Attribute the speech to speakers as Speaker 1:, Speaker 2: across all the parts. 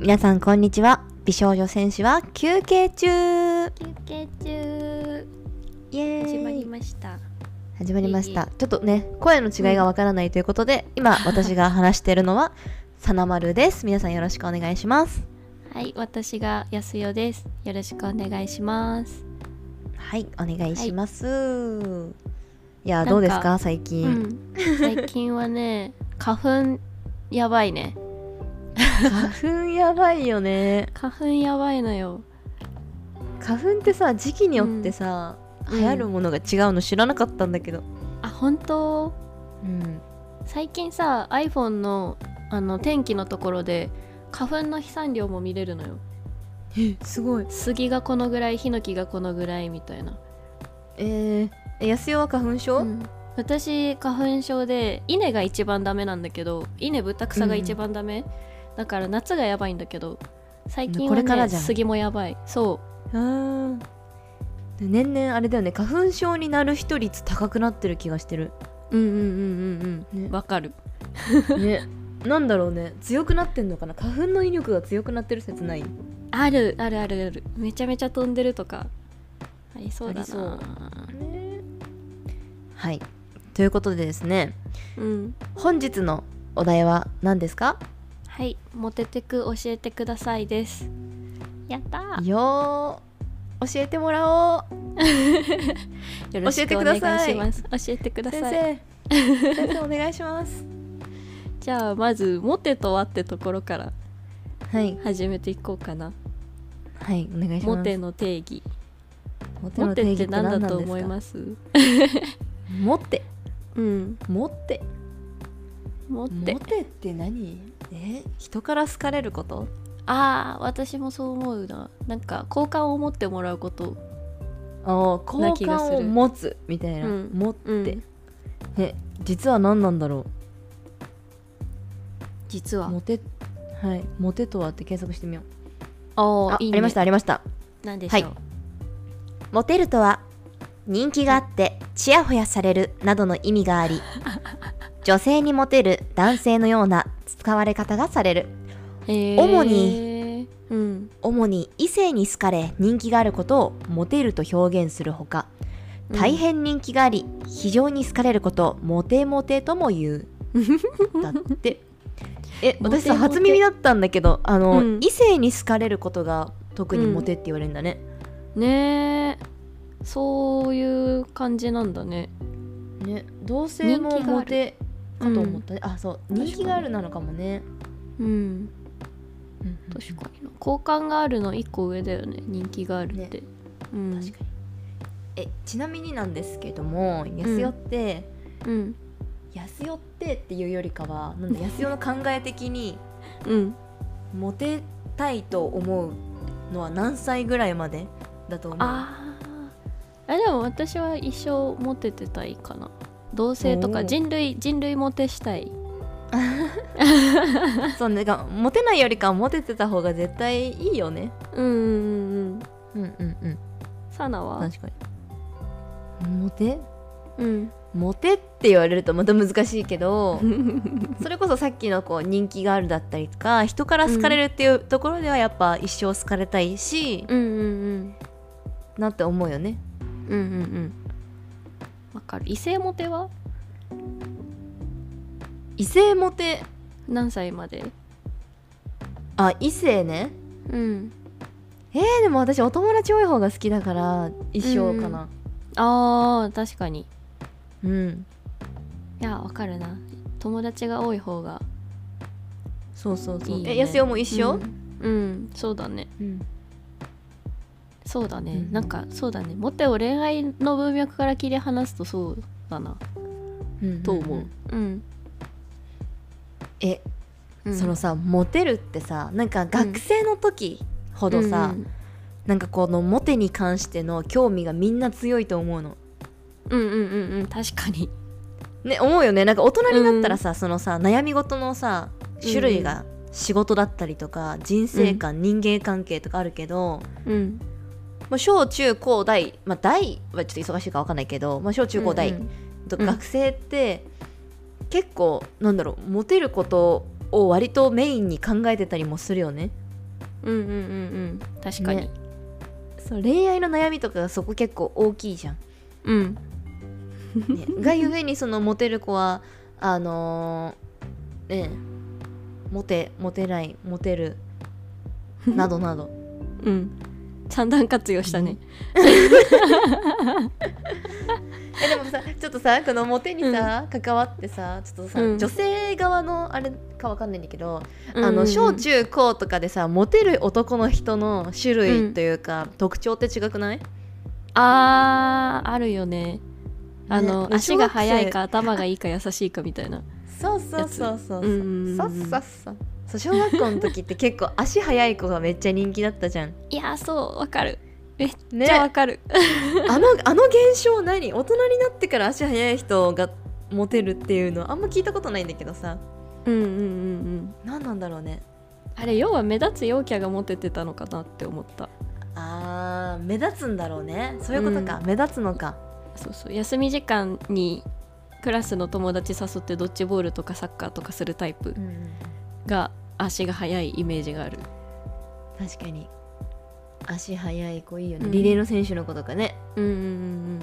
Speaker 1: 皆さんこんにちは美少女戦士は休憩中
Speaker 2: 休憩中
Speaker 1: イエーイ
Speaker 2: 始まりました
Speaker 1: 始まりまし
Speaker 2: い
Speaker 1: た
Speaker 2: えい
Speaker 1: ちょっとね声の違いがわからないということで、 今私が話してるのはさなまるです皆さんよろしくお願いします
Speaker 2: はい私がやすよですよろしくお願いします
Speaker 1: はいお願いします、い、や
Speaker 2: なんか
Speaker 1: どうですか最
Speaker 2: う
Speaker 1: 近、
Speaker 2: ん最近はね花粉やばいね
Speaker 1: 花粉やばいよね
Speaker 2: 花粉やばいのよ
Speaker 1: 花粉ってさ時期によってさ、
Speaker 2: うん
Speaker 1: 流行るものが違うの知らなかったんだけど
Speaker 2: あ本当
Speaker 1: うん
Speaker 2: 最近さ iPhone のあの天気のところで花粉の飛散量も見れるのよ
Speaker 1: えすごい
Speaker 2: 杉がこのぐらいヒノキがこのぐらいみたいな、
Speaker 1: えー、安代は花粉症、
Speaker 2: うん私花粉症で稲が一番ダメなんだけど稲ブタクサが一番ダメ、だから夏がやばいんだけど最近は、
Speaker 1: こ
Speaker 2: ね、
Speaker 1: れからじゃん
Speaker 2: 杉もやばいそ
Speaker 1: あー年々あれだよね花粉症になる人率高くなってる気がしてる
Speaker 2: ううんうんうん
Speaker 1: ね
Speaker 2: わかる
Speaker 1: ねなんだろうね強くなってんのかな花粉の威力が強くなってる説ない
Speaker 2: あるあるあるあるめちゃめちゃ飛んでるとかありそう
Speaker 1: あ
Speaker 2: だな
Speaker 1: りそうはいということでですね
Speaker 2: うん
Speaker 1: 本日のお題は何ですか
Speaker 2: はい、モテテク教えてくださいです。やったー。
Speaker 1: よー教えてもらおう
Speaker 2: よろしくお願いします。教えてください。
Speaker 1: 先生先生お願いし ます
Speaker 2: じゃあまずモテとはってところから
Speaker 1: はい
Speaker 2: 始めていこうかな。
Speaker 1: はいお願いします
Speaker 2: モテの定義。
Speaker 1: モテ
Speaker 2: モ
Speaker 1: の定
Speaker 2: テっ
Speaker 1: 義
Speaker 2: て何だと
Speaker 1: ですか
Speaker 2: 思います？
Speaker 1: モテ
Speaker 2: うん。
Speaker 1: モテ
Speaker 2: モテ
Speaker 1: モ。テって何え人から好かれること
Speaker 2: ああ、私もそう思うな。なんか好感を持ってもらうこと。
Speaker 1: ああ
Speaker 2: な
Speaker 1: 好
Speaker 2: 気がす
Speaker 1: 感
Speaker 2: る
Speaker 1: を持つみたいな、
Speaker 2: うん
Speaker 1: 持って、
Speaker 2: うん
Speaker 1: え実は何なんだろ
Speaker 2: 実
Speaker 1: う
Speaker 2: は。
Speaker 1: モテはいモテとはって検索してみようあ
Speaker 2: ああ、いい、ね、
Speaker 1: ありました。ありました
Speaker 2: なんでしょう。
Speaker 1: はいモテるとは人気があってちやほやされるなどの意味があり 女性にモテる男性のような使われ方がされる
Speaker 2: えー
Speaker 1: 主に。
Speaker 2: うん。
Speaker 1: 主に異性に好かれ人気があることをモテると表現するほか大変人気があり非常に好かれることをモテモテとも 言うだってえ
Speaker 2: モテ
Speaker 1: 私
Speaker 2: モテ
Speaker 1: さ初耳だったんだけどあの、
Speaker 2: うん
Speaker 1: 異性に好かれることが特にモテって言われるんだね、
Speaker 2: ねえそういう感じなんだね
Speaker 1: ね同性も
Speaker 2: 人気がある
Speaker 1: モテかと思ったね、あそう人気があるなのかもね
Speaker 2: うん
Speaker 1: 確
Speaker 2: 確かにな好感があるの一個上だよね人気があるって、うん
Speaker 1: 確かにえちなみになんですけども「やすよ」って
Speaker 2: うん
Speaker 1: 「やすよって」っていうよりかはなんだやすよの考え的に
Speaker 2: うん
Speaker 1: モテたいと思うのは何歳ぐらいまでだと思う
Speaker 2: あーあでも私は一生モテてたいかな同性と
Speaker 1: お
Speaker 2: か
Speaker 1: ー
Speaker 2: 人類人類モテしたい
Speaker 1: そうねがモテないよりかはモテてた方が絶対いいよね
Speaker 2: うんうんうんうん
Speaker 1: うんうんうん
Speaker 2: サナは
Speaker 1: 確かにモテ
Speaker 2: うん
Speaker 1: モテって言われるとまた難しいけ どそれこそさっきのこう人気があるだったりとか人から好かれるっていうところではやっぱ一生好かれたいし、
Speaker 2: うんうん
Speaker 1: なって思うよね
Speaker 2: うんうんうんうんわかる異性モテは
Speaker 1: 異性モテ
Speaker 2: 何歳まで
Speaker 1: あ異性ね
Speaker 2: うん
Speaker 1: えー、でも私お友達多い方が好きだから一生かな
Speaker 2: あー確かに
Speaker 1: うん
Speaker 2: いやわかるな友達が多い方が
Speaker 1: そうそうそう。
Speaker 2: いいね
Speaker 1: え、安代も一緒？
Speaker 2: うん、うんそうだね
Speaker 1: うん。
Speaker 2: そうだね、
Speaker 1: うん
Speaker 2: なんかそうだねモテを恋愛の文脈から切り離すとそうだな
Speaker 1: うん
Speaker 2: と思ううん、
Speaker 1: え、
Speaker 2: うん
Speaker 1: そのさ、モテるってさ、なんか学生の時ほどさ、
Speaker 2: うん
Speaker 1: なんかこのモテに関しての興味がみんな強いと思うの。
Speaker 2: うんうんうんうん確かに
Speaker 1: ね、思うよね。なんか大人になったらさ、そのさ、悩み事のさ、種類が仕事だったりとか、人生観、人間関係とかあるけど、
Speaker 2: うん
Speaker 1: もう小中高大、まあ大はちょっと忙しいかわかんないけど、まあ小中高大。
Speaker 2: うん
Speaker 1: と
Speaker 2: うん
Speaker 1: 学生って結構なんだろうモテることを割とメインに考えてたりもするよね
Speaker 2: うんうんうんうん確かに、
Speaker 1: ねそう恋愛の悩みとかがそこ結構大きいじゃん、
Speaker 2: うん
Speaker 1: ね、がゆえにそのモテる子はあのーねモテモテないモテるなど など
Speaker 2: うん三段活用したね、
Speaker 1: えでもさちょっとさこのモテにさ、関わってさちょっとさ、
Speaker 2: うん
Speaker 1: 女性側のあれかわかんないんだけど、
Speaker 2: うん
Speaker 1: あ
Speaker 2: うんう
Speaker 1: の
Speaker 2: ん
Speaker 1: 小中高とかでさモテる男の人の種類というか、特徴って違くない
Speaker 2: あーあるよねあの
Speaker 1: ねね
Speaker 2: 足が速いか頭がいいか優しいかみたいな
Speaker 1: そうそうそうそうそう
Speaker 2: うんうんうん
Speaker 1: さっさっさそう小学校の時って結構足早い子がめっちゃ人気だったじゃん
Speaker 2: いやーそうわ かる
Speaker 1: ね
Speaker 2: じゃあわかる、
Speaker 1: あのあの現象何大人になってから足早い人がモテるっていうのあんま聞いたことないんだけどさ
Speaker 2: うんうんうんうん
Speaker 1: 何なんだろうね
Speaker 2: あれ要は目立つ陽キャがモテてたのかなって思った
Speaker 1: あー目立つんだろうねそういうことか、目立つのか
Speaker 2: そうそう休み時間にクラスの友達誘ってドッジボールとかサッカーとかするタイプが足が速いイメージがある
Speaker 1: 確かに足早い子いいよね、
Speaker 2: うん
Speaker 1: リレーの選手の子とかね
Speaker 2: うんうん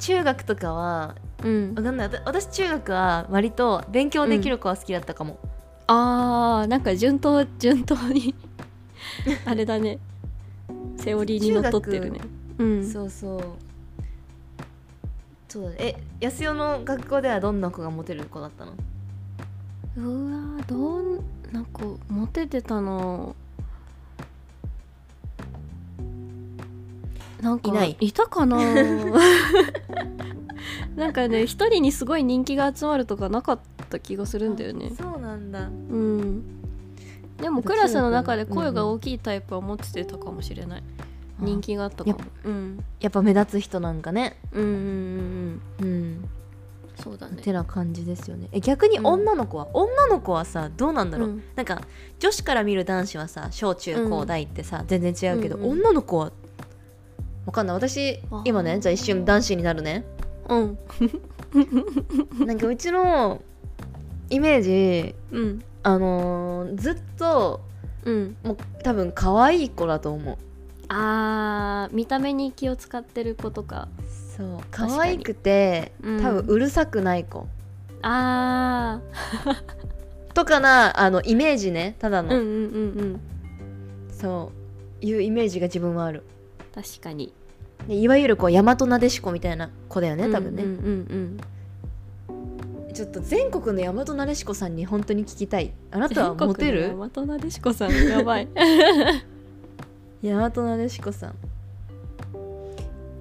Speaker 1: 中学とかは
Speaker 2: うんうん
Speaker 1: わかんないわた私中学は割と勉強できる子は好きだったかも、
Speaker 2: あーなんか順当順当 にあれだねセオリーにのっとってるねうん
Speaker 1: そうそうそうだねえ安代の学校ではどんな子がモテる子だったの
Speaker 2: うわーどんなんかモテてたのなんか
Speaker 1: いない
Speaker 2: た かななんかね一人にすごい人気が集まるとかなかった気がするんだよね
Speaker 1: あそうなんだ
Speaker 2: うんでもクラスの中で声が大きいタイプは持っててたかもしれない、人気があったかも
Speaker 1: や
Speaker 2: うん
Speaker 1: やっぱ目立つ人なんかね
Speaker 2: うんうんうんう
Speaker 1: う
Speaker 2: ん
Speaker 1: ん
Speaker 2: そうだ
Speaker 1: て
Speaker 2: ね
Speaker 1: な感じですよねえ逆に
Speaker 2: うん
Speaker 1: 女の子は、女の子はさどうなんだろう、
Speaker 2: うん
Speaker 1: なんか女子から見る男子はさ小中高大ってさ、全然違うけど、
Speaker 2: うんうん
Speaker 1: 女の子はわかんない私
Speaker 2: あー
Speaker 1: 今ねじゃあ一瞬男子になるね
Speaker 2: うん
Speaker 1: なんかうちのイメージ
Speaker 2: うん
Speaker 1: あのーずっと
Speaker 2: うん
Speaker 1: もう多分可愛い子だと思う
Speaker 2: あー見た目に気を使ってる子とか
Speaker 1: そう可愛くて、
Speaker 2: うん
Speaker 1: 多分うるさくない子
Speaker 2: あ
Speaker 1: とかなあのイメージねただ
Speaker 2: ーうん
Speaker 1: の、
Speaker 2: うんうんうん
Speaker 1: そういうイメージが自分はある
Speaker 2: 確かに
Speaker 1: でいわゆるこう大和なでしこみたいな子だよね多分ね、
Speaker 2: うんうん
Speaker 1: ちょっと全国の大和なでしこさんに本当に聞きたいあな
Speaker 2: うん
Speaker 1: たはモテ
Speaker 2: 全
Speaker 1: る
Speaker 2: 国の大和なでしこさんやばい
Speaker 1: 大和なでしこさんい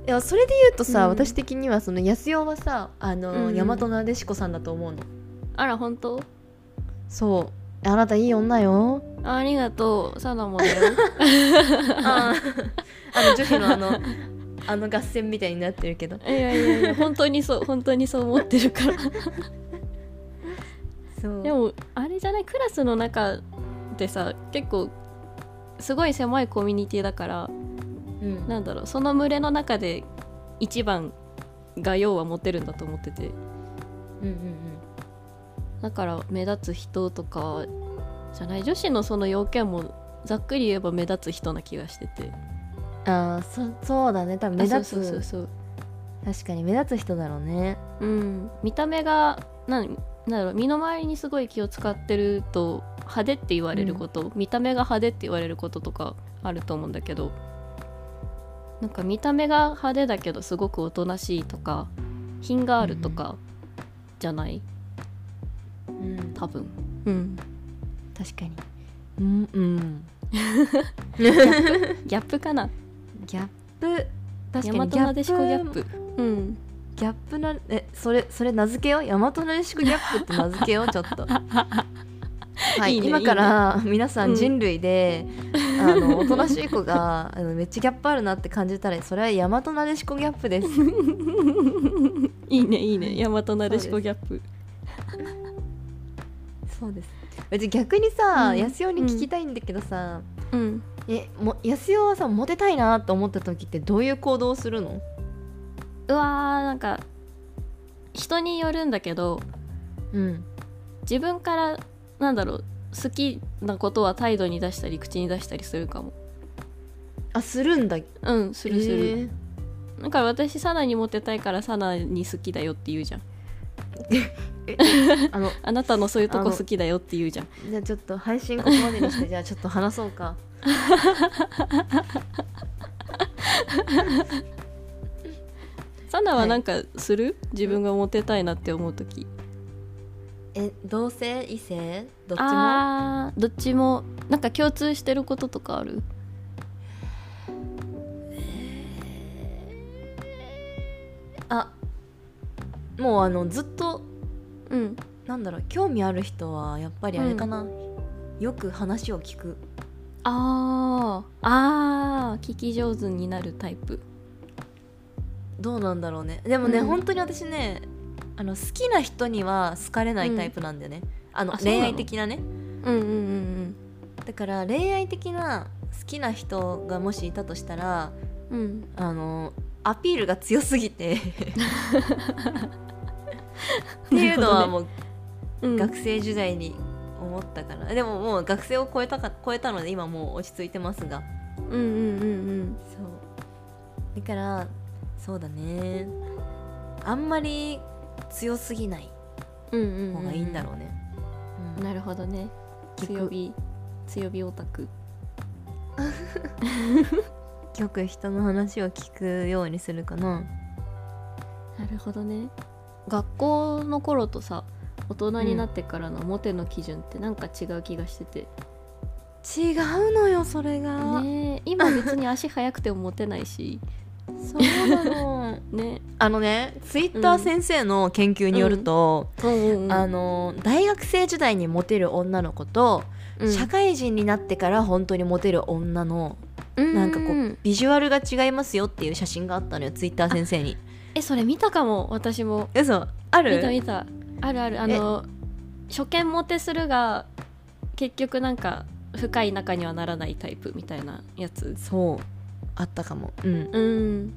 Speaker 1: やそれで言うとさ、
Speaker 2: うん
Speaker 1: 私的にはその安代はさあの、
Speaker 2: うん
Speaker 1: 大和なでしこさんだと思うの
Speaker 2: あら本当
Speaker 1: そうあなたいい女よ
Speaker 2: ありがとうサナモだよ
Speaker 1: あーあの女子のあの あの合戦みたいになってるけど
Speaker 2: いやいやいや本当にそう本当にそう思ってるから
Speaker 1: そう
Speaker 2: でもあれじゃないクラスの中でさ結構すごい狭いコミュニティだから
Speaker 1: うん
Speaker 2: なんだろうその群れの中で一番が要はモテるんだと思ってて
Speaker 1: うんうんうん
Speaker 2: だから目立つ人とかじゃない女子のその要件もざっくり言えば目立つ人な気がしてて
Speaker 1: あーそそうだね多分目立つ
Speaker 2: あそうそうそう
Speaker 1: 確かに目立つ人だろうね
Speaker 2: そううん見た目がなんなんだろう身の回りにすごい気を使ってると派手って言われること、見た目が派手って言われることとかあると思うんだけどなんか見た目が派手だけどすごくおとなしいとか品があるとかじゃない、
Speaker 1: うん
Speaker 2: 多分うん
Speaker 1: 確かにうん うん
Speaker 2: ギャップかな
Speaker 1: ギャップ確か
Speaker 2: 大
Speaker 1: に
Speaker 2: 和なでしこギャップうん
Speaker 1: ギャップなえそれそれ名付けよう大和なでしこギャップって名付けようちょっとはい
Speaker 2: いいね
Speaker 1: 今から皆さ
Speaker 2: うんん
Speaker 1: 人類で、あのおとなしい子が あのめっちゃギャップあるなって感じたらそれは大和なでしこギャップです
Speaker 2: いいねいいね大和なでしこギャップ
Speaker 1: そうです別に逆にさ、
Speaker 2: うん
Speaker 1: 安代に聞きたいんだけどさ、
Speaker 2: うん
Speaker 1: えも安代はさモテたいなと思った時ってどういう行動をするの
Speaker 2: うわーなんか人によるんだけど
Speaker 1: うん
Speaker 2: 自分からなんだろう好きなことは態度に出したり口に出したりするかも
Speaker 1: あするんだ
Speaker 2: うんするす
Speaker 1: え
Speaker 2: る、
Speaker 1: ー
Speaker 2: だから私サナにモテたいからサナに好きだよって言うじゃん
Speaker 1: あの
Speaker 2: あなたのそういうと
Speaker 1: あ
Speaker 2: こ
Speaker 1: の
Speaker 2: 好きだよって言うじゃん
Speaker 1: じゃあちょっと配信ここまでにしてじゃあちょっと話そうか
Speaker 2: サナはなんかする、自分がモテたいなって思う時
Speaker 1: え同性異性どっちも
Speaker 2: あーどっちもなんか共通してることとかある
Speaker 1: あもうあのずっと
Speaker 2: うん
Speaker 1: なんだろう興味ある人はやっぱりあれかな、よく話を聞く
Speaker 2: あーあー聞き上手になるタイプ
Speaker 1: どうなんだろうねでもね、
Speaker 2: うん
Speaker 1: 本当に私ねあの好きな人には好かれないタイプなんだよね、あの
Speaker 2: あそうなの
Speaker 1: 恋愛的なね
Speaker 2: うんうんうん
Speaker 1: だから恋愛的な好きな人がもしいたとしたら
Speaker 2: うんうん
Speaker 1: あのアピールが強すぎ てっていうのはもう
Speaker 2: うん
Speaker 1: 学生時代に思ったから、でももう学生を超えたか超えたので今もう落ち着いてますが
Speaker 2: うんうんうん
Speaker 1: そうだからそうだねあんまり強すぎない
Speaker 2: うんうんうん
Speaker 1: 方がいいんだろうね、うん
Speaker 2: なるほどね
Speaker 1: 聞く
Speaker 2: 強火強火オタク
Speaker 1: よく人の話を聞くようにするかな
Speaker 2: なるほどね学校の頃とさ大人になってからのモテの基準ってなんか違う気がしてて、
Speaker 1: 違うのよそれが、
Speaker 2: ねえ今別に足速くてもモテない し
Speaker 1: そうなの
Speaker 2: ね
Speaker 1: あのねツイッター先生の研究によると、
Speaker 2: うんうんうん
Speaker 1: あの大学生時代にモテる女の子と、
Speaker 2: うん
Speaker 1: 社会人になってから本当にモテる女のなんかこう
Speaker 2: う
Speaker 1: ビジュアルが違いますよっていう写真があったのよツイッター先生に
Speaker 2: えそれ見たかも私も
Speaker 1: 嘘あ
Speaker 2: 見
Speaker 1: る
Speaker 2: た見たあるあるあの初見モテするが結局なんか深い仲にはならないタイプみたいなやつ
Speaker 1: そうあったかもうん
Speaker 2: うん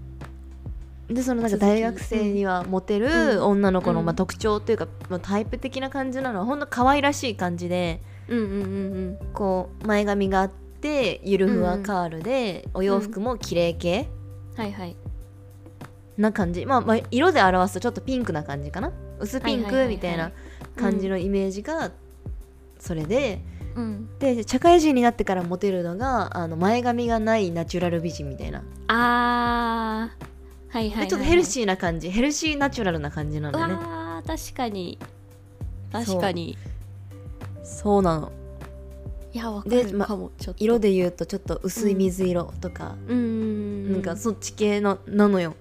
Speaker 1: でそのなんか
Speaker 2: 続き
Speaker 1: 大学生にはモテ
Speaker 2: う
Speaker 1: る
Speaker 2: ん
Speaker 1: 女の子の、
Speaker 2: うん
Speaker 1: まあ、特徴というか、まあ、タイプ的な感じなのはほんと可愛らしい感じで
Speaker 2: うんうんうん
Speaker 1: こう前髪があってゆるふわカールで、お洋服も綺麗系
Speaker 2: うんはいはい
Speaker 1: な感じ、まあ、まあ色で表すとちょっとピンクな感じかな薄ピン
Speaker 2: はいはいはいは
Speaker 1: ク
Speaker 2: い
Speaker 1: みたいな感じのイメージがそれで、
Speaker 2: うん
Speaker 1: で社会人になってからモテるのがあの前髪がないナチュラル美人みたいな、で
Speaker 2: あーはいはいはいはい
Speaker 1: ちょっとヘルシーな感じヘルシーナチュラルな感じなん
Speaker 2: う
Speaker 1: だよね
Speaker 2: わー確かに
Speaker 1: そう
Speaker 2: 確かに
Speaker 1: そうなの
Speaker 2: いやわか
Speaker 1: で
Speaker 2: る
Speaker 1: ま
Speaker 2: かもちょっと
Speaker 1: 色で言うとちょっと薄い水色とか、
Speaker 2: うんうん
Speaker 1: なんかそっち系のなのよ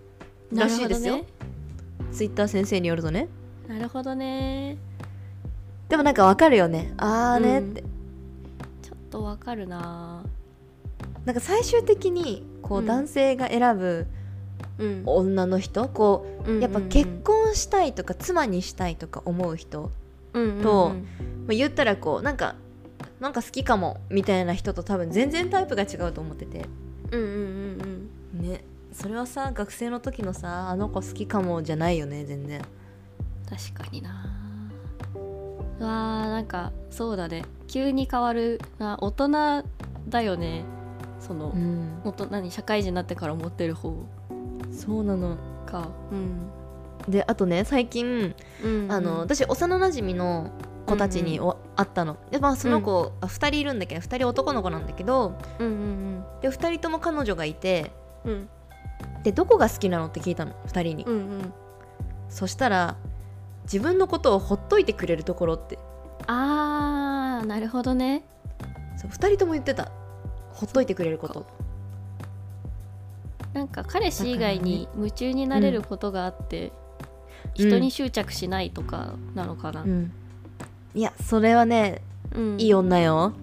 Speaker 1: らしいですよ、
Speaker 2: なる
Speaker 1: ツイッター先生によるとね
Speaker 2: ほどねなるほどね
Speaker 1: でもなんかわかるよねあーねっ
Speaker 2: うん
Speaker 1: て、
Speaker 2: ちょっとわかるな
Speaker 1: なんか最終的にこ
Speaker 2: う
Speaker 1: うん男性が選ぶ
Speaker 2: うん
Speaker 1: 女の人、こうやっぱ結婚したいとか妻にしたいとか思う人、
Speaker 2: 婚
Speaker 1: とまあ、言ったらこうなんかなんか好きかもみたいな人と多分全然タイプが違うと思ってて
Speaker 2: うんうんうん
Speaker 1: ねそれはさ学生の時のさあの子好きかもじゃないよね全然
Speaker 2: 確かになうわーなんかそうだね急に変わるな大人だよねその、
Speaker 1: ん
Speaker 2: もっと何社会人になってから持ってる方
Speaker 1: そうなの
Speaker 2: かうん、
Speaker 1: であとね最近、
Speaker 2: うん、
Speaker 1: あの私幼なじみの子たちにお、会ったのでまあその子、あ2人いるんだけど2人男の子なんだけど
Speaker 2: うんうん
Speaker 1: で2人とも彼女がいて
Speaker 2: うんうん
Speaker 1: でどこが好きなのって聞いたの2人に、
Speaker 2: うんうん
Speaker 1: そしたら自分のことをほっといてくれるところって
Speaker 2: あーなるほどね
Speaker 1: そう2人とも言ってたほっといてくれること
Speaker 2: なんか彼氏以外に夢中になれることがあって、人に執着しないとかなのかな、
Speaker 1: うん、いやそれはね
Speaker 2: うん
Speaker 1: いい女よ、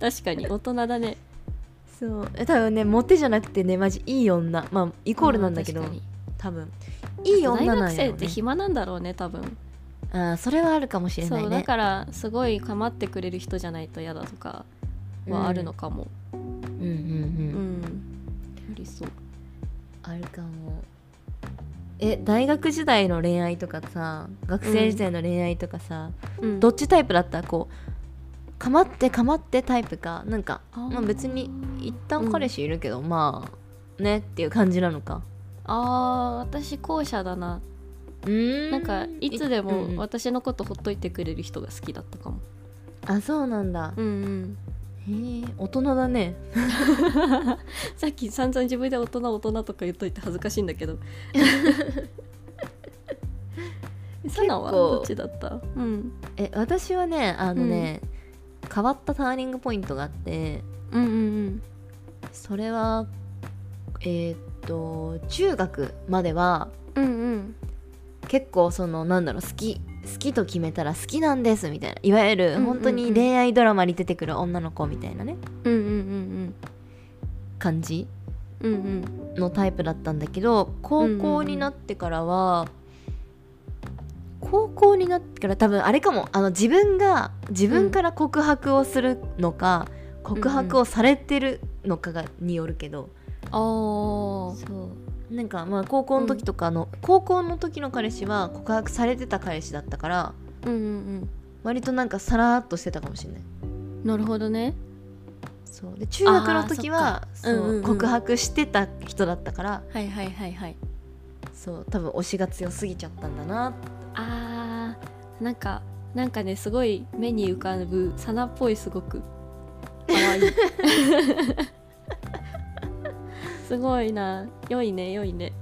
Speaker 2: 確かに大人だね
Speaker 1: そうえ多分ねモテじゃなくてねマジいい女まあイコールなんだけど、
Speaker 2: うん確かに
Speaker 1: 多分いい女
Speaker 2: 大
Speaker 1: な
Speaker 2: 学
Speaker 1: ん
Speaker 2: 生
Speaker 1: や
Speaker 2: っ
Speaker 1: ろ、
Speaker 2: て
Speaker 1: ね、
Speaker 2: 暇なんだろうね多分
Speaker 1: あーそれはあるかもしれな
Speaker 2: そ
Speaker 1: いう
Speaker 2: だ
Speaker 1: ね
Speaker 2: からすごい構ってくれる人じゃないと嫌だとかはあるのかも
Speaker 1: うんうんう、
Speaker 2: うんん、ありそう
Speaker 1: あるかもえ大学時代の恋愛とかさ学生時代の恋愛とかさ、
Speaker 2: うん
Speaker 1: どっちタイプだったこうかまってかまってタイプかなんか
Speaker 2: あー
Speaker 1: まあ、別に一旦彼氏いるけど、まあねっていう感じなのか
Speaker 2: あー私後者だな
Speaker 1: うーん
Speaker 2: なんかいつで
Speaker 1: うんうん
Speaker 2: も私のことほっといてくれる人が好きだったかも
Speaker 1: あそうなんだ、
Speaker 2: うんうん
Speaker 1: へえ大人だね
Speaker 2: さっき散々自分で大人大人とか言っといて恥ずかしいんだけ どサナは
Speaker 1: 結構
Speaker 2: どっちだったうん
Speaker 1: え私はねあのね、変わったターニングポイントがあって
Speaker 2: うんうん
Speaker 1: それはえーっと中学までは
Speaker 2: うんうんうん
Speaker 1: 結構そのなんだろう好き好きと決めたら好きなんですみたいないわゆ
Speaker 2: うん
Speaker 1: る
Speaker 2: うんうん
Speaker 1: 本当に恋愛ドラマに出てくる女の子みたいなね
Speaker 2: うんうん
Speaker 1: 感じ
Speaker 2: うんうんうん
Speaker 1: のタイプだったんだけど高校になってからは、高校になってから多分あれかもあの自分が自分から告白をするのか、告白をされてるのかがによるけど、
Speaker 2: あー
Speaker 1: そうなんかまあ高校の時とかの、高校の時の彼氏は告白されてた彼氏だったから
Speaker 2: うんうん
Speaker 1: 割となんかさらっとしてたかもしれない。
Speaker 2: うんなるほどね
Speaker 1: そうで中学の時は
Speaker 2: そ
Speaker 1: そ
Speaker 2: っか
Speaker 1: う、
Speaker 2: うんうんうん
Speaker 1: 告白してた人だったから
Speaker 2: はいはいはいはい
Speaker 1: そう多分推しが強すぎちゃったんだな
Speaker 2: あーなんかなんかねすごい目に浮かぶサナっぽいすごく可愛 いすごいな良いね良いね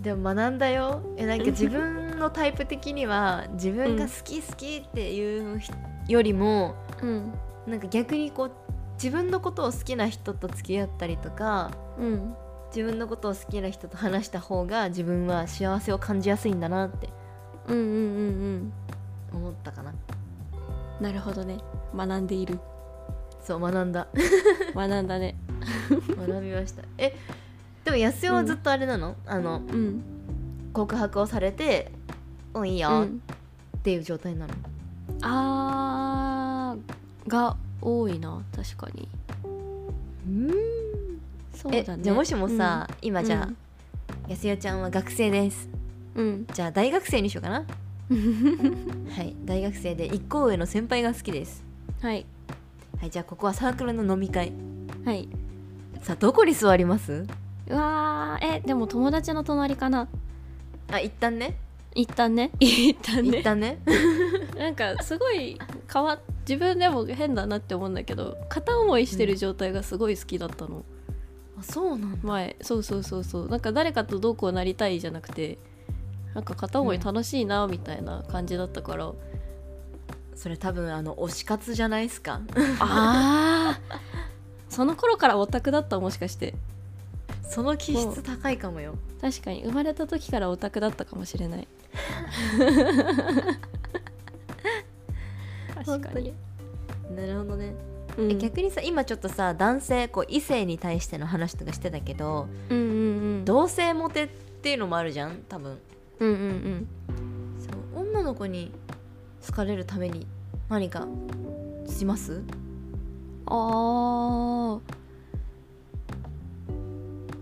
Speaker 1: でも学んだよえなんか自分のタイプ的には自分が好き好きっていうひよりも
Speaker 2: うん
Speaker 1: なんか逆にこう自分のことを好きな人と付き合ったりとか
Speaker 2: うん
Speaker 1: 自分のことを好きな人と話した方が自分は幸せを感じやすいんだなって
Speaker 2: うんうんうん
Speaker 1: 思ったかな
Speaker 2: うんなるほどね学んでいる
Speaker 1: そう学 んだ
Speaker 2: 学んだね
Speaker 1: 学びましたえでも安代はずっとあれなの、あの
Speaker 2: うん
Speaker 1: 告白をされて「うんいいよ」
Speaker 2: うん
Speaker 1: っていう状態なの、
Speaker 2: あーが多いな確かにそう
Speaker 1: え
Speaker 2: だね
Speaker 1: じゃあもしもさ、今じゃあ、
Speaker 2: うん
Speaker 1: 安代ちゃんは学生です
Speaker 2: うん
Speaker 1: じゃあ大学生にしよう かな
Speaker 2: うん
Speaker 1: はい大学生で一校上の先輩が好きです
Speaker 2: はい
Speaker 1: はいじゃあここはサークルの飲み会
Speaker 2: はい
Speaker 1: さあどこに座ります
Speaker 2: うわーえでも友達の隣かな
Speaker 1: あ一旦ね
Speaker 2: 一旦ね 一旦
Speaker 1: 一
Speaker 2: ね
Speaker 1: 旦ね
Speaker 2: なんかすごい変わっ自分でも変だなって思うんだけど片思いしてる状態がすごい好きだったの、
Speaker 1: あそうなんだ
Speaker 2: 前そうそうそうそうなんか誰かとどうこうなりたいじゃなくてなんか片思い楽しいなみたいな感じだったから、
Speaker 1: それ多分あの推し活じゃないです か
Speaker 2: あー その頃からオタクだったもしかして
Speaker 1: その気質高いかもよ
Speaker 2: 確かに生まれた時からオタクだったかもしれない 確かに
Speaker 1: なるほどね、
Speaker 2: うん
Speaker 1: え逆にさ今ちょっとさ男性こう異性に対しての話とかしてたけど、
Speaker 2: うんうんうん
Speaker 1: 同性モテっていうのもあるじゃん多分
Speaker 2: うんうんうん
Speaker 1: そう女の子に好かれるために何かします
Speaker 2: あー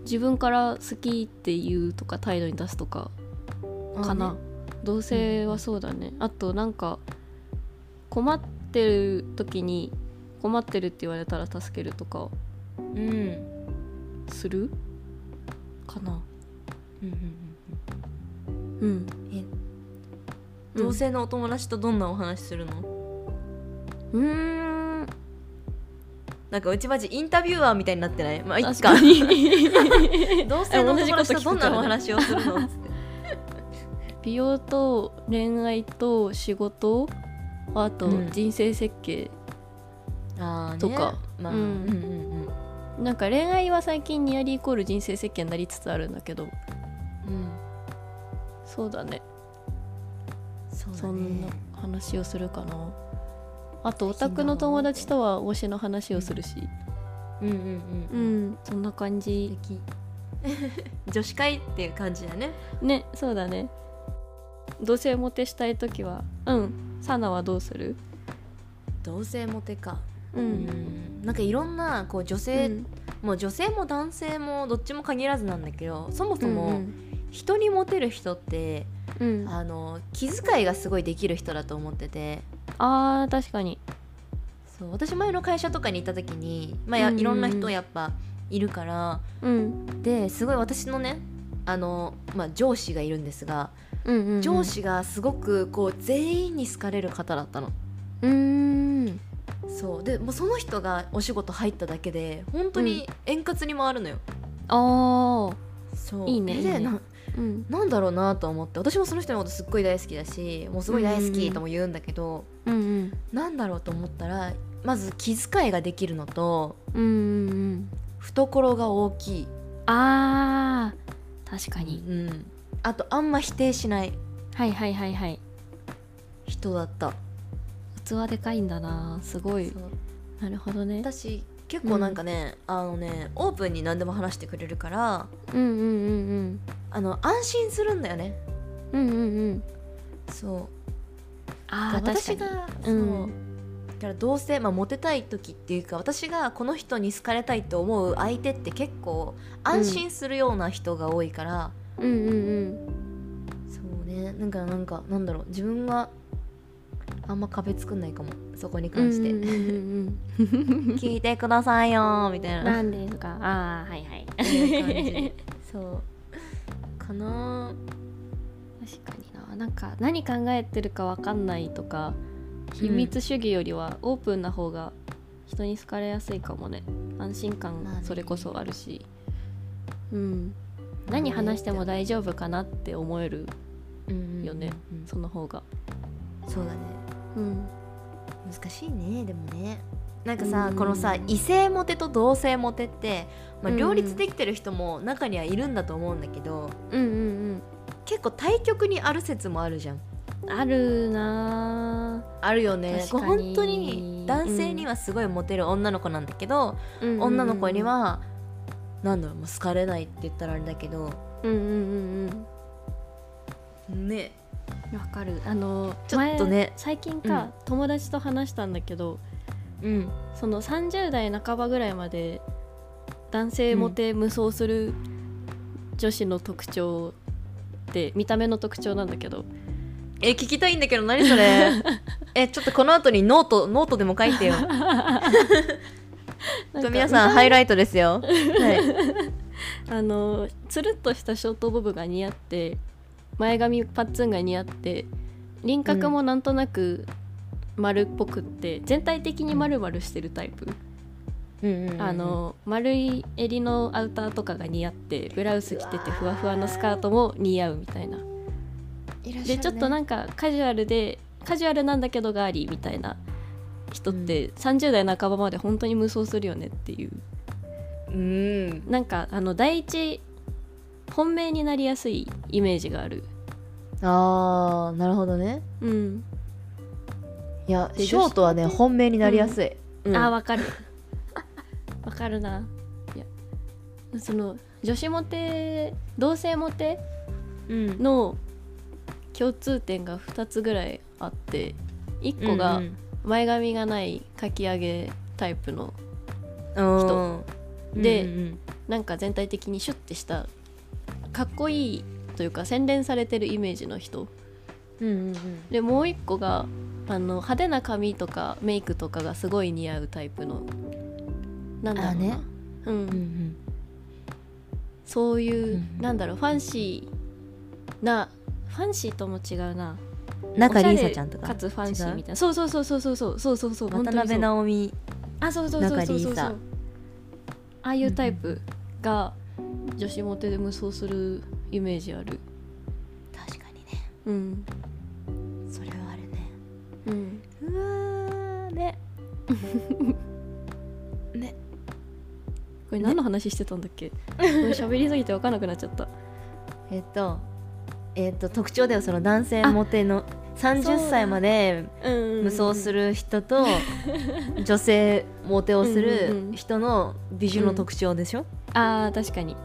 Speaker 2: 自分から好きっていうとか態度に出すとかかな、同性はそうだね、あとなんか困ってる時に困ってるって言われたら助けるとか
Speaker 1: あねうん、うん
Speaker 2: するかな
Speaker 1: うん
Speaker 2: う
Speaker 1: う
Speaker 2: ん
Speaker 1: んえ同性のお友達とどんなお話するの、
Speaker 2: うんうーん
Speaker 1: なんかうちまじインタビュアーみたいになってないまあいっ
Speaker 2: 確
Speaker 1: か
Speaker 2: かに
Speaker 1: 同性のお友達とどんなお
Speaker 2: 同
Speaker 1: 話をするのつって
Speaker 2: 美容と恋愛と仕事あと
Speaker 1: うん
Speaker 2: 人生設計、
Speaker 1: ああね
Speaker 2: とか
Speaker 1: まあ、
Speaker 2: う
Speaker 1: うんん、うんうん
Speaker 2: なんか恋愛は最近ニアリーイコール人生設計になりつつあるんだけど
Speaker 1: うん
Speaker 2: そうだね
Speaker 1: そうだ
Speaker 2: そん
Speaker 1: ね
Speaker 2: な話をするかなあとオタクの友達とは推しの話をするし
Speaker 1: うんうんう
Speaker 2: う
Speaker 1: ん、
Speaker 2: んそんな感じ
Speaker 1: 素 敵女子会っていう感じだね
Speaker 2: ねそうだね同性モテしたい時はうんサナはどうする
Speaker 1: 同性モテか
Speaker 2: う
Speaker 1: うんんなんかいろんなこう女
Speaker 2: う
Speaker 1: 性
Speaker 2: ん
Speaker 1: もう女性も男性もどっちも限らずなんだけどそもそも人にモテる人って
Speaker 2: うん、あ
Speaker 1: あの気遣いがすごいできる人だと思ってて
Speaker 2: あー確かに
Speaker 1: そう私前の会社とかに行った時に、まあ、や
Speaker 2: うんうんうん
Speaker 1: いろんな人やっぱいるから
Speaker 2: うん
Speaker 1: ですごい私のねあの、まあ、上司がいるんですが
Speaker 2: うんうんうん
Speaker 1: 上司がすごくこう全員に好かれる方だったの。
Speaker 2: うーん
Speaker 1: そうでもうその人がお仕事入っただけで本当に円滑に回るのよ。
Speaker 2: ああ
Speaker 1: そう
Speaker 2: いいねいい
Speaker 1: で
Speaker 2: ね
Speaker 1: な
Speaker 2: うん
Speaker 1: なんだろうなと思って私もその人のことすっごい大好きだしもうすごい大好きとも言うんだけど、
Speaker 2: うんうん
Speaker 1: なんだろうと思ったらまず気遣いができるのと
Speaker 2: うんうんうん
Speaker 1: 懐が大きい、
Speaker 2: あー確か
Speaker 1: う
Speaker 2: に
Speaker 1: ん、あとあんま否定しない
Speaker 2: はいはいはいはい
Speaker 1: 人だった。
Speaker 2: 器でかいんだなすごい
Speaker 1: そう
Speaker 2: なるほどね
Speaker 1: 私結構なんかね、あのねオープンに何でも話してくれるから
Speaker 2: うんうんうん
Speaker 1: あの安心するんだよね
Speaker 2: うんうんうんうん
Speaker 1: そう
Speaker 2: あ
Speaker 1: だ
Speaker 2: あ
Speaker 1: から
Speaker 2: 確か
Speaker 1: 私
Speaker 2: に
Speaker 1: が
Speaker 2: 確
Speaker 1: そ
Speaker 2: か
Speaker 1: う、
Speaker 2: に
Speaker 1: だからどうせ、まあ、モテたい時っていうか私がこの人に好かれたいと思う相手って結構安心するような人が多いから、
Speaker 2: うんうんうん
Speaker 1: そうねなんかなんかなんだろう自分があんま壁作んないかもそこに関して、
Speaker 2: うんうん うん
Speaker 1: 聞いてくださいよーみたい
Speaker 2: うん
Speaker 1: な
Speaker 2: なんですかああはいはい
Speaker 1: そういう感じそうかな
Speaker 2: 確かにななんか何考えてるかわかんないとか秘密主義よりはオープンな方が人に好かれやすいかもね安心
Speaker 1: まあ
Speaker 2: 感
Speaker 1: ね
Speaker 2: それこそあるし、うん何話しても大丈夫かなって思える
Speaker 1: うん
Speaker 2: よね、
Speaker 1: うん
Speaker 2: その方が
Speaker 1: そうだね
Speaker 2: うん
Speaker 1: 難しいねでもねなんかさ、
Speaker 2: うん
Speaker 1: このさ異性モテと同性モテって、まあ、
Speaker 2: うん
Speaker 1: 両立できてる人も中にはいるんだと思うんだけど、
Speaker 2: うんうん
Speaker 1: 結構対極にある説もあるじゃん
Speaker 2: うんあるな
Speaker 1: あるよね
Speaker 2: 確かに
Speaker 1: こう本当に男性にはすごいモテる女の子なんだけど、
Speaker 2: ぁ、うんうんうん
Speaker 1: 女の子にはなんだろうもう好かれないって言ったらあれだけど
Speaker 2: うんうんうん
Speaker 1: ね
Speaker 2: うんわかるあの
Speaker 1: ちょっとね
Speaker 2: 前最近か、
Speaker 1: うん
Speaker 2: 友達と話したんだけど、
Speaker 1: うん
Speaker 2: その30代半ばぐらいまで男性モテ無双する女子の特徴って見た目の特徴なんだけど
Speaker 1: え聞きたいんだけど何それ えちょっとこの後にノートノートでも書いてよ
Speaker 2: なんか
Speaker 1: 皆さんハイライトですよはい
Speaker 2: あのつるっとしたショートボブが似合って前髪パッツンが似合って輪郭もなんとなく丸っぽくって、全体的に丸々してるタイプ、
Speaker 1: うんうんうんうん
Speaker 2: あの丸い襟のアウターとかが似合ってブラウス着ててふわふわのスカートも似合うみたいない
Speaker 1: らっしゃるね
Speaker 2: でちょっとなんかカジュアルでカジュアルなんだけどガーリーみたいな人って、30代半ばまで本当に無双するよねっていう
Speaker 1: うん
Speaker 2: なんかあの第一本命になりやすいイメージがある
Speaker 1: あーなるほどね
Speaker 2: うん、
Speaker 1: いや
Speaker 2: で
Speaker 1: ショートはね
Speaker 2: 女子って
Speaker 1: 本命になりやすい、うん
Speaker 2: あーわ かるわかるないやその女子モテ同性モテ
Speaker 1: うん
Speaker 2: の共通点が2つぐらいあって1個が前髪がないかき上げタイプの
Speaker 1: 人
Speaker 2: で
Speaker 1: うん
Speaker 2: なんか全体的にシュッてしたかっこいいというか洗練されてるイメージの人
Speaker 1: うんうん
Speaker 2: でもう一個があの派手な髪とかメイクとかがすごい似合うタイプのなんだろうな、
Speaker 1: あね
Speaker 2: う、
Speaker 1: うんうんん
Speaker 2: そういう、
Speaker 1: うんうん
Speaker 2: なんだろうファンシーなファンシーとも違うな
Speaker 1: うん中
Speaker 2: おし
Speaker 1: 里
Speaker 2: ゃれ
Speaker 1: 依紗ちゃんとか
Speaker 2: かつファンシー
Speaker 1: 違
Speaker 2: み
Speaker 1: う
Speaker 2: たいなそうそうそうそうそうそうそうそうそう
Speaker 1: 渡辺直美
Speaker 2: あそうそうそうそうそうそ
Speaker 1: 中里
Speaker 2: う
Speaker 1: 依紗
Speaker 2: ああいうタイプが女子モテで無双するイメージある
Speaker 1: 確かにね
Speaker 2: うん
Speaker 1: それはあるね
Speaker 2: うん
Speaker 1: うわーねね
Speaker 2: これ何の話してたんだっけこれ喋りすぎて分かんなくなっちゃった
Speaker 1: えっとえっと特徴ではその男性モテの30歳まで無
Speaker 2: 無
Speaker 1: 双する人 と女性モテをす
Speaker 2: うんう
Speaker 1: る
Speaker 2: ん
Speaker 1: 人の美女の特徴でしょ、
Speaker 2: あー確かに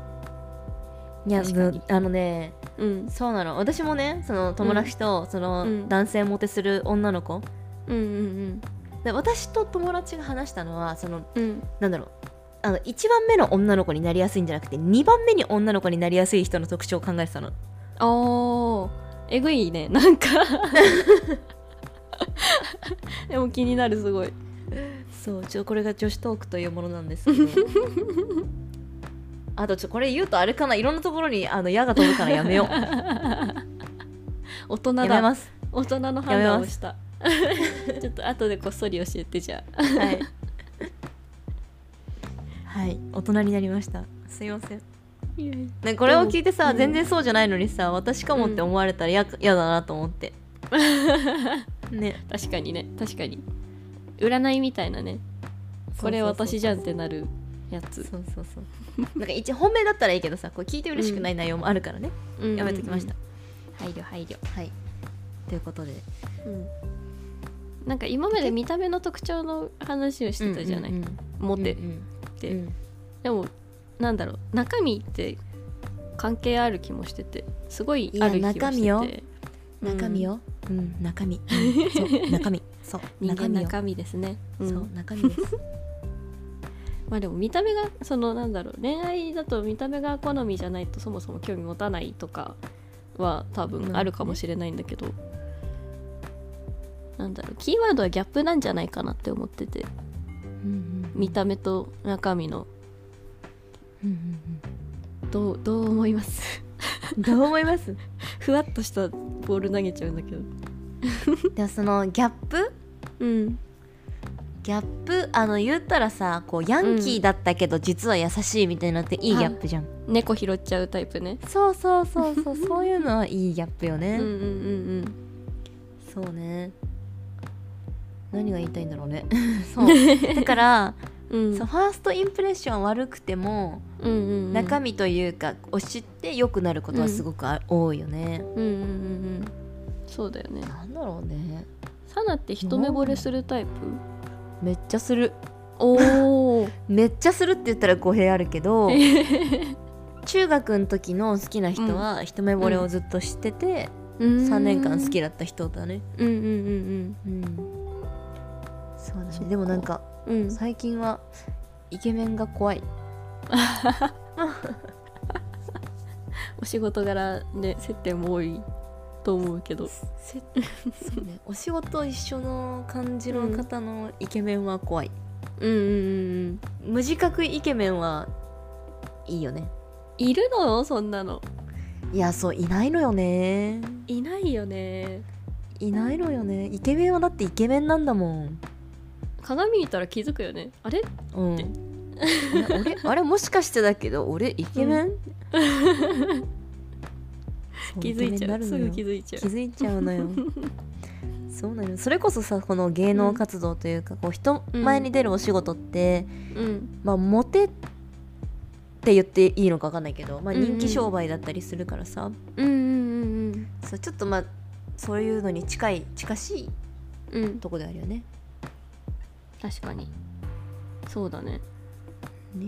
Speaker 1: いや
Speaker 2: 確かに
Speaker 1: ぶあのね
Speaker 2: うん
Speaker 1: そうなの私もねその友達とそうの
Speaker 2: ん
Speaker 1: 男性モテする女の子、
Speaker 2: うんうん
Speaker 1: で私と友達が話したのはその
Speaker 2: うんうん
Speaker 1: なんだろうあの1番目の女の子になりやすいんじゃなくて2番目に女の子になりやすい人の特徴を考えてたの
Speaker 2: あーえぐいねなんかでも気になるすごい
Speaker 1: そうちょこれが女子トークというものなんですけど あとちょこれ言うとあれかないろんなところにあの矢が飛ぶからや めよう
Speaker 2: 大人
Speaker 1: やめ
Speaker 2: だ
Speaker 1: ます
Speaker 2: 大人の判断をした ちょっと後でこっそり教えてじゃあ
Speaker 1: はい はい大人になりましたすいません、ね、これを聞いてさ、
Speaker 2: うん
Speaker 1: 全然そうじゃないのにさ私かもって思われたらや嫌、だなと思って ね
Speaker 2: 確かにね確かに占いみたいなねこれ私じゃんってなるやつ
Speaker 1: そうそうそう なんか一本命だったらいいけどさこれ聞いて嬉しくない内容もあるからね、やめときました、
Speaker 2: 配慮配慮、
Speaker 1: はいということで
Speaker 2: なんか今まで見た目の特徴の話をしてたじゃない、
Speaker 1: うんうんうん
Speaker 2: モテっ
Speaker 1: うん
Speaker 2: て、
Speaker 1: うん
Speaker 2: でもなんだろう中身って関係ある気もしててすごいある気もしてて
Speaker 1: いや中身よ
Speaker 2: うん
Speaker 1: 中身よ、うん中身、うん そう中身そう
Speaker 2: 人間
Speaker 1: 身よ
Speaker 2: 中身ですね、うん
Speaker 1: そう中身です
Speaker 2: まあでも見た目がそのなんだろう恋愛だと見た目が好みじゃないとそもそも興味持たないとかは多分あるかもしれないんだけど、なんだろうキーワードはギャップなんじゃないかなって思ってて
Speaker 1: うん
Speaker 2: 見た目と中身の
Speaker 1: うんうん
Speaker 2: どうどう思います
Speaker 1: うんどう思います
Speaker 2: ふわっとしたボール投げちゃうんだけど
Speaker 1: でもそのギャップ
Speaker 2: うん
Speaker 1: ギャップあの言ったらさこうヤンキーだったけど実は優しいみたいなのっていいギャップじゃん、
Speaker 2: 猫拾っちゃうタイプね
Speaker 1: そうそうそう そうそういうのはいいギャップよ
Speaker 2: う
Speaker 1: ね、
Speaker 2: んうんうん
Speaker 1: そうね何が言いたいんだろう ねそうだから、
Speaker 2: うんうん
Speaker 1: そうファーストインプレッション悪くても、
Speaker 2: うんうんうん
Speaker 1: 中身というかを知って良くなることはすごくあ、多いよね
Speaker 2: うんうんうんうんそうだよね
Speaker 1: なんだろうね
Speaker 2: サナって一目惚れするタイプ
Speaker 1: めっちゃする
Speaker 2: お お
Speaker 1: めっちゃするって言ったら語弊あるけ ど中学の時の好きな人は一目惚れをずっとしてて、
Speaker 2: 3
Speaker 1: 3年間好きだった人だね
Speaker 2: うんうんうん
Speaker 1: うんそうだ
Speaker 2: そっか
Speaker 1: ねでもなんか
Speaker 2: うんうん
Speaker 1: 最近はイケメンが怖い
Speaker 2: お仕事柄ね接点も多いと思うけど
Speaker 1: せ そうねお仕事一緒の感じの方のイケメンは怖い、
Speaker 2: うんうんうんうん
Speaker 1: 無自覚イケメンはいいよね
Speaker 2: いるのそんなの
Speaker 1: いやそういないのよね
Speaker 2: いないよね
Speaker 1: いないのよねイケメンはだってイケメンなんだもん
Speaker 2: 鏡見たら気づくよねあれ
Speaker 1: うんあれ俺あれもしかしてだけど俺イケメン、 そう
Speaker 2: 気づいちゃうすぐ気づいちゃ
Speaker 1: 気づいちゃうの よそうなのよそれこそさこの芸能活動というか、こう人前に出るお仕事って、
Speaker 2: ううん
Speaker 1: まあモテって言っていいのか分かんないけど、まあ、人気商売だったりするからさ、
Speaker 2: うんうん
Speaker 1: そうちょっとまあそういうのに近い近しい
Speaker 2: うんうん
Speaker 1: とこであるよね。
Speaker 2: 確かにそうだね
Speaker 1: ね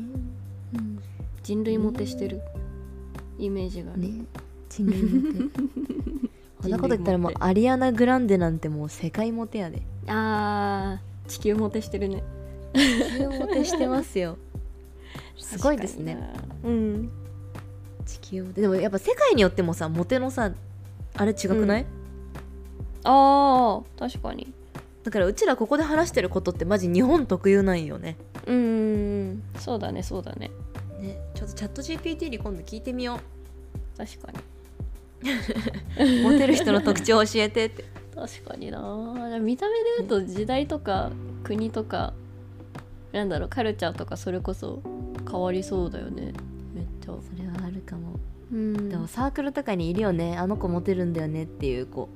Speaker 2: 人類モテしてるイメージがあ る
Speaker 1: ね人類モテこんなこと言ったらもう
Speaker 2: 人類モ
Speaker 1: アリアナ・グランデなんてもう世界モテや で。
Speaker 2: テあー地球モテしてるね
Speaker 1: 地球モテしてますよすごいですね
Speaker 2: 確かになうん
Speaker 1: 地球モテでもやっぱ世界によってもさモテのさあれ違くない、
Speaker 2: あー確かに
Speaker 1: だからうちらここで話してることってマジ日本特有なんよね
Speaker 2: うーんそうだねそうだね
Speaker 1: ねちょっとチャット GPT に今度聞いてみよ
Speaker 2: 確かに
Speaker 1: う モテる人の特徴教えてって
Speaker 2: 確かにな見た目で言うと時代とか国とかなんだろうカルチャーとかそれこそ変わりそうだよねめっちゃ
Speaker 1: それはあるかも、
Speaker 2: うん
Speaker 1: でもサークルとかにいるよねあの子モテるんだよねっていう子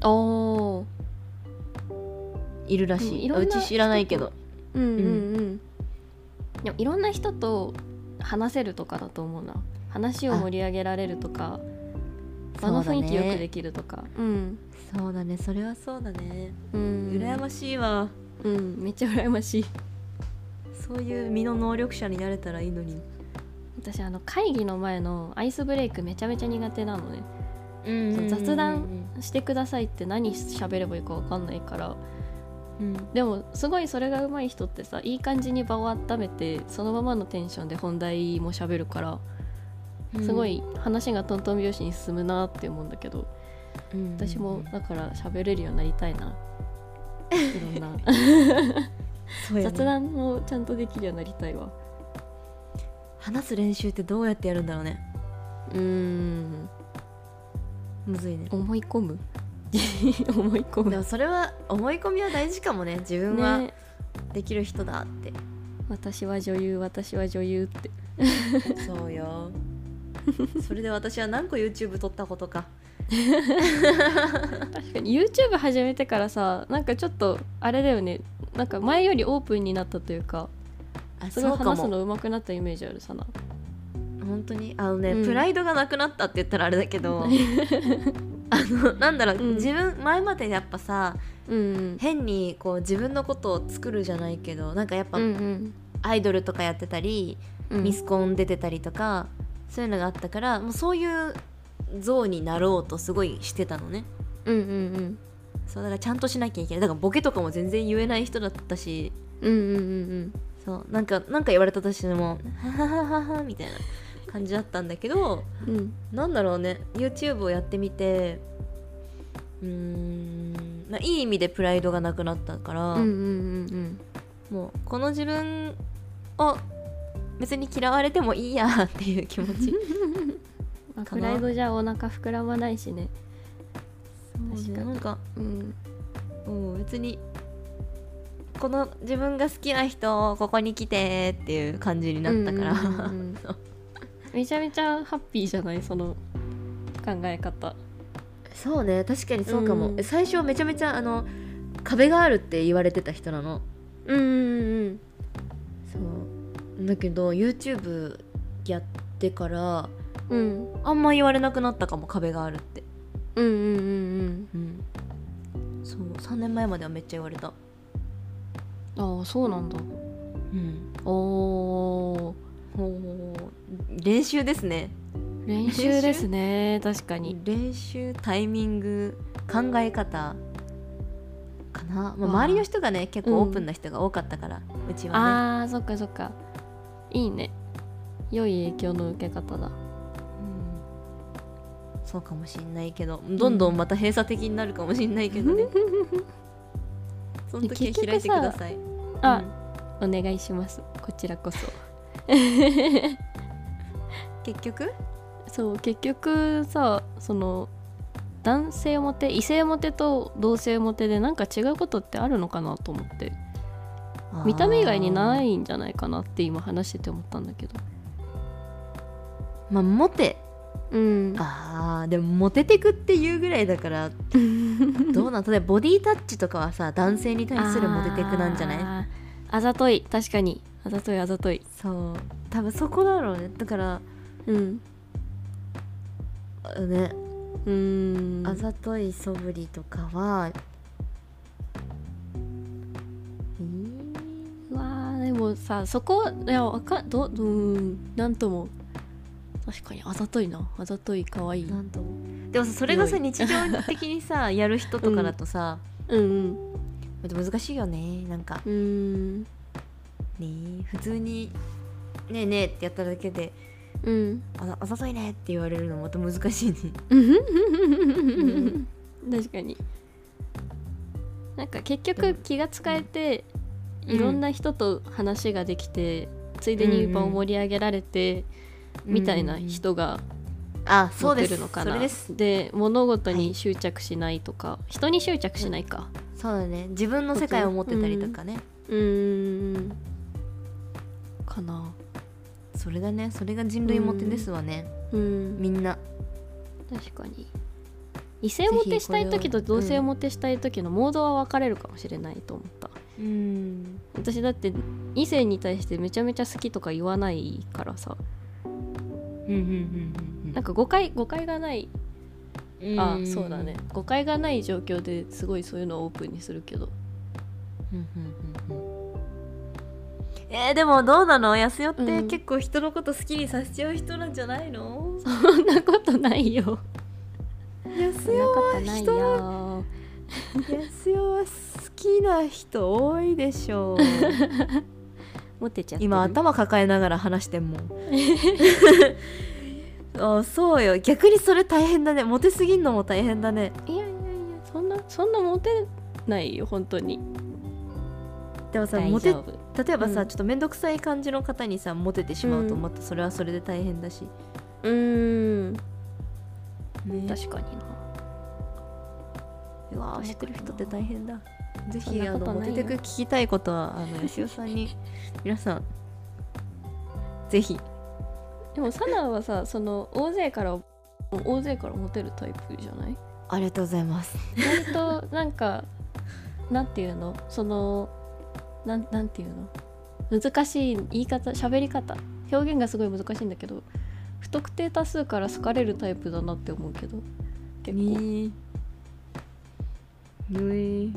Speaker 2: あー
Speaker 1: いるらし
Speaker 2: うん
Speaker 1: い,、
Speaker 2: いろんな
Speaker 1: うち知らないけど
Speaker 2: うんうんうんでもいろんな人と話せるとかだと思うな話を盛り上げられるとか場の雰囲気よくできるとかうん
Speaker 1: そうだねそれはそうだね、
Speaker 2: うん
Speaker 1: 羨ましいわ
Speaker 2: うんめっちゃ羨ましい
Speaker 1: そういう身の能力者になれたらいいのに
Speaker 2: 私あの会議の前のアイスブレイクめちゃめちゃ苦手なのね
Speaker 1: うん
Speaker 2: 雑談してくださいって何喋ればいいか分かんないからうん、でもすごいそれが上手い人ってさいい感じに場を温めてそのままのテンションで本題も喋るからすご、い話がトントン拍子に進むなって思うんだけど
Speaker 1: うん
Speaker 2: 私もだから喋れるようになりたいな。い ろんな
Speaker 1: そうやね
Speaker 2: 雑談もちゃんとできるようになりたいわ。
Speaker 1: 話す練習ってどうやってやるんだろうね
Speaker 2: うーん
Speaker 1: むずいね
Speaker 2: 思い込 む思い込
Speaker 1: で
Speaker 2: む
Speaker 1: もそれは思い込みは大事かもね自分は
Speaker 2: ね
Speaker 1: できる人だって、
Speaker 2: 私は女優私は女優って
Speaker 1: そうよそれで私は何個 YouTube 撮ったことか
Speaker 2: 確かに YouTube 始めてからさなんかちょっとあれだよねなんか前よりオープンになったというか
Speaker 1: あ
Speaker 2: すごい話すの上手くなったイメージあるさな
Speaker 1: 本当にあのね、
Speaker 2: うん
Speaker 1: プライドがなくなったって言ったらあれだけど あのなんだろう、
Speaker 2: うん
Speaker 1: 自分前までやっぱさ
Speaker 2: うん
Speaker 1: 変にこう自分のことを作るじゃないけどなんかやっぱ
Speaker 2: うんうん
Speaker 1: アイドルとかやってたり、
Speaker 2: うん
Speaker 1: ミスコン出てたりとかそういうのがあったからもうそういう像になろうとすごいしてたのね
Speaker 2: うんうん
Speaker 1: そうだからちゃんとしなきゃいけないだからボケとかも全然言えない人だったし
Speaker 2: うんうんうんうん
Speaker 1: そうなんかなんか言われたとしても「ははははは」みたいな感じだったんだけど
Speaker 2: うんうん
Speaker 1: なんだろうね YouTube をやってみてうーん、まあ、いい意味でプライドがなくなったから、
Speaker 2: うんうんうん
Speaker 1: もうこの自分を別に嫌われてもいいやっていう気持ち
Speaker 2: まあ
Speaker 1: か
Speaker 2: プ
Speaker 1: な
Speaker 2: ライドじゃお腹膨らまないしね
Speaker 1: 確
Speaker 2: 確
Speaker 1: かに
Speaker 2: かに
Speaker 1: なんか
Speaker 2: うん
Speaker 1: うん別にこの自分が好きな人をここに来てっていう感じになったから、
Speaker 2: うんうん うんうん
Speaker 1: そう
Speaker 2: めちゃめちゃハッピーじゃないその考え方
Speaker 1: そうね確かにそうかも、
Speaker 2: うん
Speaker 1: 最初めちゃめちゃあの壁があるって言われてた人なの
Speaker 2: うんうん
Speaker 1: そうだけど YouTube やってから
Speaker 2: うんうん
Speaker 1: あんま言われなくなったかも壁があるって
Speaker 2: うんうんうん
Speaker 1: うんそう3年前まではめっちゃ言われた
Speaker 2: うんああそうなんだ
Speaker 1: うん
Speaker 2: おー
Speaker 1: ほう練習ですね
Speaker 2: 練習ですね確かに
Speaker 1: 練習タイミング考え方かな、まあ、
Speaker 2: わあ
Speaker 1: 周りの人がね結構オープンな人が多かったから、うちはね
Speaker 2: あーそっかそっかいいね良い影響の受け方だ
Speaker 1: うんそうかもしんないけどどんどんまた閉鎖的になるかもしんないけどね、 その時は開いてください
Speaker 2: あ、お願いしますこちらこそ
Speaker 1: うん結局
Speaker 2: そう結局さその男性モテ異性モテと同性モテでなんか違うことってあるのかなと思って見た目以外にないいんじゃないかなって今話してて思ったんだけど
Speaker 1: まあモテ
Speaker 2: うん
Speaker 1: あーでもモテテクっていうぐらいだから どうなん例えばボディタッチとかはさ男性に対するモテテクなんじゃない
Speaker 2: あーあざとい確かにあざといあざとい
Speaker 1: そう多分そこだろうねだから
Speaker 2: うん
Speaker 1: あね、
Speaker 2: うーん
Speaker 1: あざとい素振りとかはうーん
Speaker 2: うわーでもさそこいやわかんどうーんなんとも確かにあざといなあざといかわいい
Speaker 1: なんともでもさそれがさ
Speaker 2: 良い
Speaker 1: 日常的に さやる人とかだとさ、
Speaker 2: うん
Speaker 1: 難しいよねなんか
Speaker 2: うんうーん
Speaker 1: ね普通に「ねえねえ」ってやっただけで
Speaker 2: うん
Speaker 1: 「ああざといね」って言われるのまた難しいね
Speaker 2: 確かになんか結局気が使えて、
Speaker 1: うん
Speaker 2: いろんな人と話ができてついでに場を盛り上げられて、 みたいな人が
Speaker 1: あそう
Speaker 2: 持
Speaker 1: で
Speaker 2: て
Speaker 1: す
Speaker 2: るのかな、
Speaker 1: それです
Speaker 2: で物事に執着しないとか、人に執着しないか
Speaker 1: そうだね自分の世界を持ってたりとかね、
Speaker 2: うーんかな
Speaker 1: それだねそれが人類モテですわね、
Speaker 2: うん
Speaker 1: みんな
Speaker 2: 確かに異性モテしたい時と
Speaker 1: ぜひこれを
Speaker 2: 同性モテしたい時のモードは分かれるかもしれないと思った、
Speaker 1: うん
Speaker 2: 私だって異性に対してめちゃめちゃ好きとか言わないからさ
Speaker 1: うんうんうん
Speaker 2: なんか誤解誤解がない
Speaker 1: うん
Speaker 2: あそうだね誤解がない状況ですごいそういうのをオープンにするけど
Speaker 1: うんうんうんうんえー、でもどうなの安代っ
Speaker 2: う
Speaker 1: て
Speaker 2: ん
Speaker 1: 結構人のこと好きにさせちゃう人なんじゃないの、
Speaker 2: そんなことないよ
Speaker 1: 安
Speaker 2: そん
Speaker 1: 代
Speaker 2: なこ
Speaker 1: は
Speaker 2: とない
Speaker 1: 人を
Speaker 2: よ
Speaker 1: 安代は好ききな人多いでし ょう
Speaker 2: モテちゃってる
Speaker 1: 今頭抱えながら話してんも んあそうよ逆にそれ大変だねモテすぎんのも大変だね
Speaker 2: いやいやいやそんなそんなモテないよ本当に
Speaker 1: でもさ
Speaker 2: 大
Speaker 1: モテ
Speaker 2: 丈夫
Speaker 1: 例えばさ、
Speaker 2: うん
Speaker 1: ちょっと面倒くさい感じの方にさモテてしまうと思ったらそれはそれで大変だし、
Speaker 2: うーん
Speaker 1: ね
Speaker 2: 確かにな
Speaker 1: うわー知ってる人って大変だぜ
Speaker 2: そん
Speaker 1: ひ
Speaker 2: な
Speaker 1: あ
Speaker 2: こと
Speaker 1: のモ
Speaker 2: ないよ
Speaker 1: テてく聞きたいことはあ のよしおさんに皆さんぜひ
Speaker 2: でもサナはさその大勢から大勢からモテるタイプじゃない
Speaker 1: ありがとうございます
Speaker 2: 割となんかなんていうのそのなんなんていうの難しい言い方喋り方表現がすごい難しいんだけど不特定多数から好かれるタイプだなって思うけど結構
Speaker 1: にに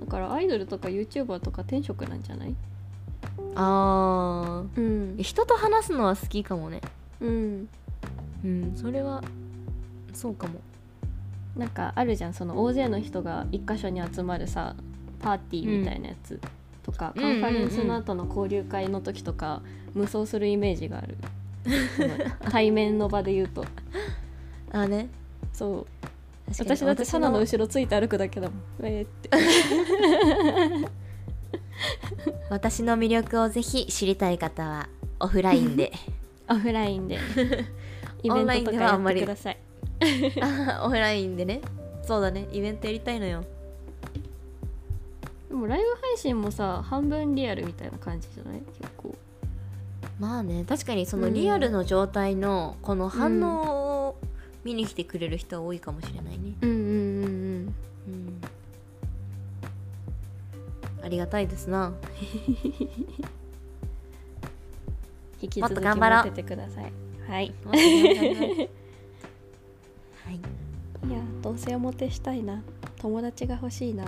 Speaker 2: だからアイドルとか YouTuber とか転職なんじゃない
Speaker 1: あ
Speaker 2: うん
Speaker 1: ー、人と話すのは好きかもね
Speaker 2: うん、
Speaker 1: うんそれはそうかも
Speaker 2: なんかあるじゃんその大勢の人が一箇所に集まるさパーティーみたいなやつとか、
Speaker 1: うん
Speaker 2: カンファレンスの後の交流会の時とか、無双するイメージがあるその対面の場で言うと
Speaker 1: あーね
Speaker 2: そう
Speaker 1: 確かに
Speaker 2: 私だってサナの
Speaker 1: 私
Speaker 2: 後ろついて歩くだけだもんえーって
Speaker 1: 私の魅力をぜひ知りたい方はオフラインで
Speaker 2: オフラインで イ
Speaker 1: オ
Speaker 2: ベ
Speaker 1: ン
Speaker 2: ン
Speaker 1: ライン
Speaker 2: ト
Speaker 1: で
Speaker 2: と
Speaker 1: は
Speaker 2: か
Speaker 1: あ
Speaker 2: や
Speaker 1: ん
Speaker 2: っ
Speaker 1: ま
Speaker 2: て
Speaker 1: り
Speaker 2: ください
Speaker 1: あ ーオフラインでねそうだねイベントやりたいのよ
Speaker 2: でもライブ配信もさ半分リアルみたいな感じじゃない結構
Speaker 1: まあね確かにその
Speaker 2: うん
Speaker 1: リアルの状態のこの反応を見に来てくれる人は多いかもしれないね、
Speaker 2: うんうんうんうん
Speaker 1: うん、ありがたいです な
Speaker 2: 引き続
Speaker 1: もっと
Speaker 2: き
Speaker 1: 頑張ろう
Speaker 2: 待っててくださいはい
Speaker 1: はい
Speaker 2: いや同性モテしたいな友達が欲 しいな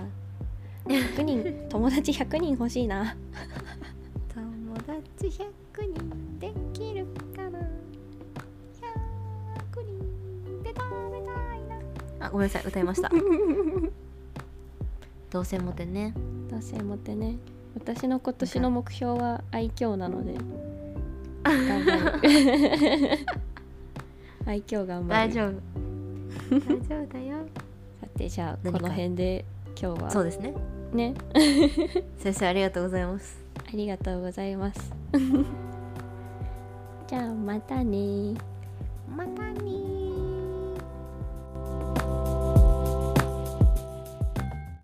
Speaker 2: 100人友達100人欲しいな
Speaker 1: 友達100人できるかな100人で食べたいなあごめんなさい歌いま したどうせモテね
Speaker 2: 同性モテね私の今年の目標は愛嬌な ので頑張る 愛嬌頑張
Speaker 1: 大
Speaker 2: る
Speaker 1: 丈夫大丈夫だよ
Speaker 2: さてじゃあ
Speaker 1: 何
Speaker 2: こ
Speaker 1: か
Speaker 2: の辺で今日
Speaker 1: そう
Speaker 2: は
Speaker 1: ですね
Speaker 2: ね
Speaker 1: 先生ありがとうございます
Speaker 2: ありがとうござい ますじゃあまたね
Speaker 1: またね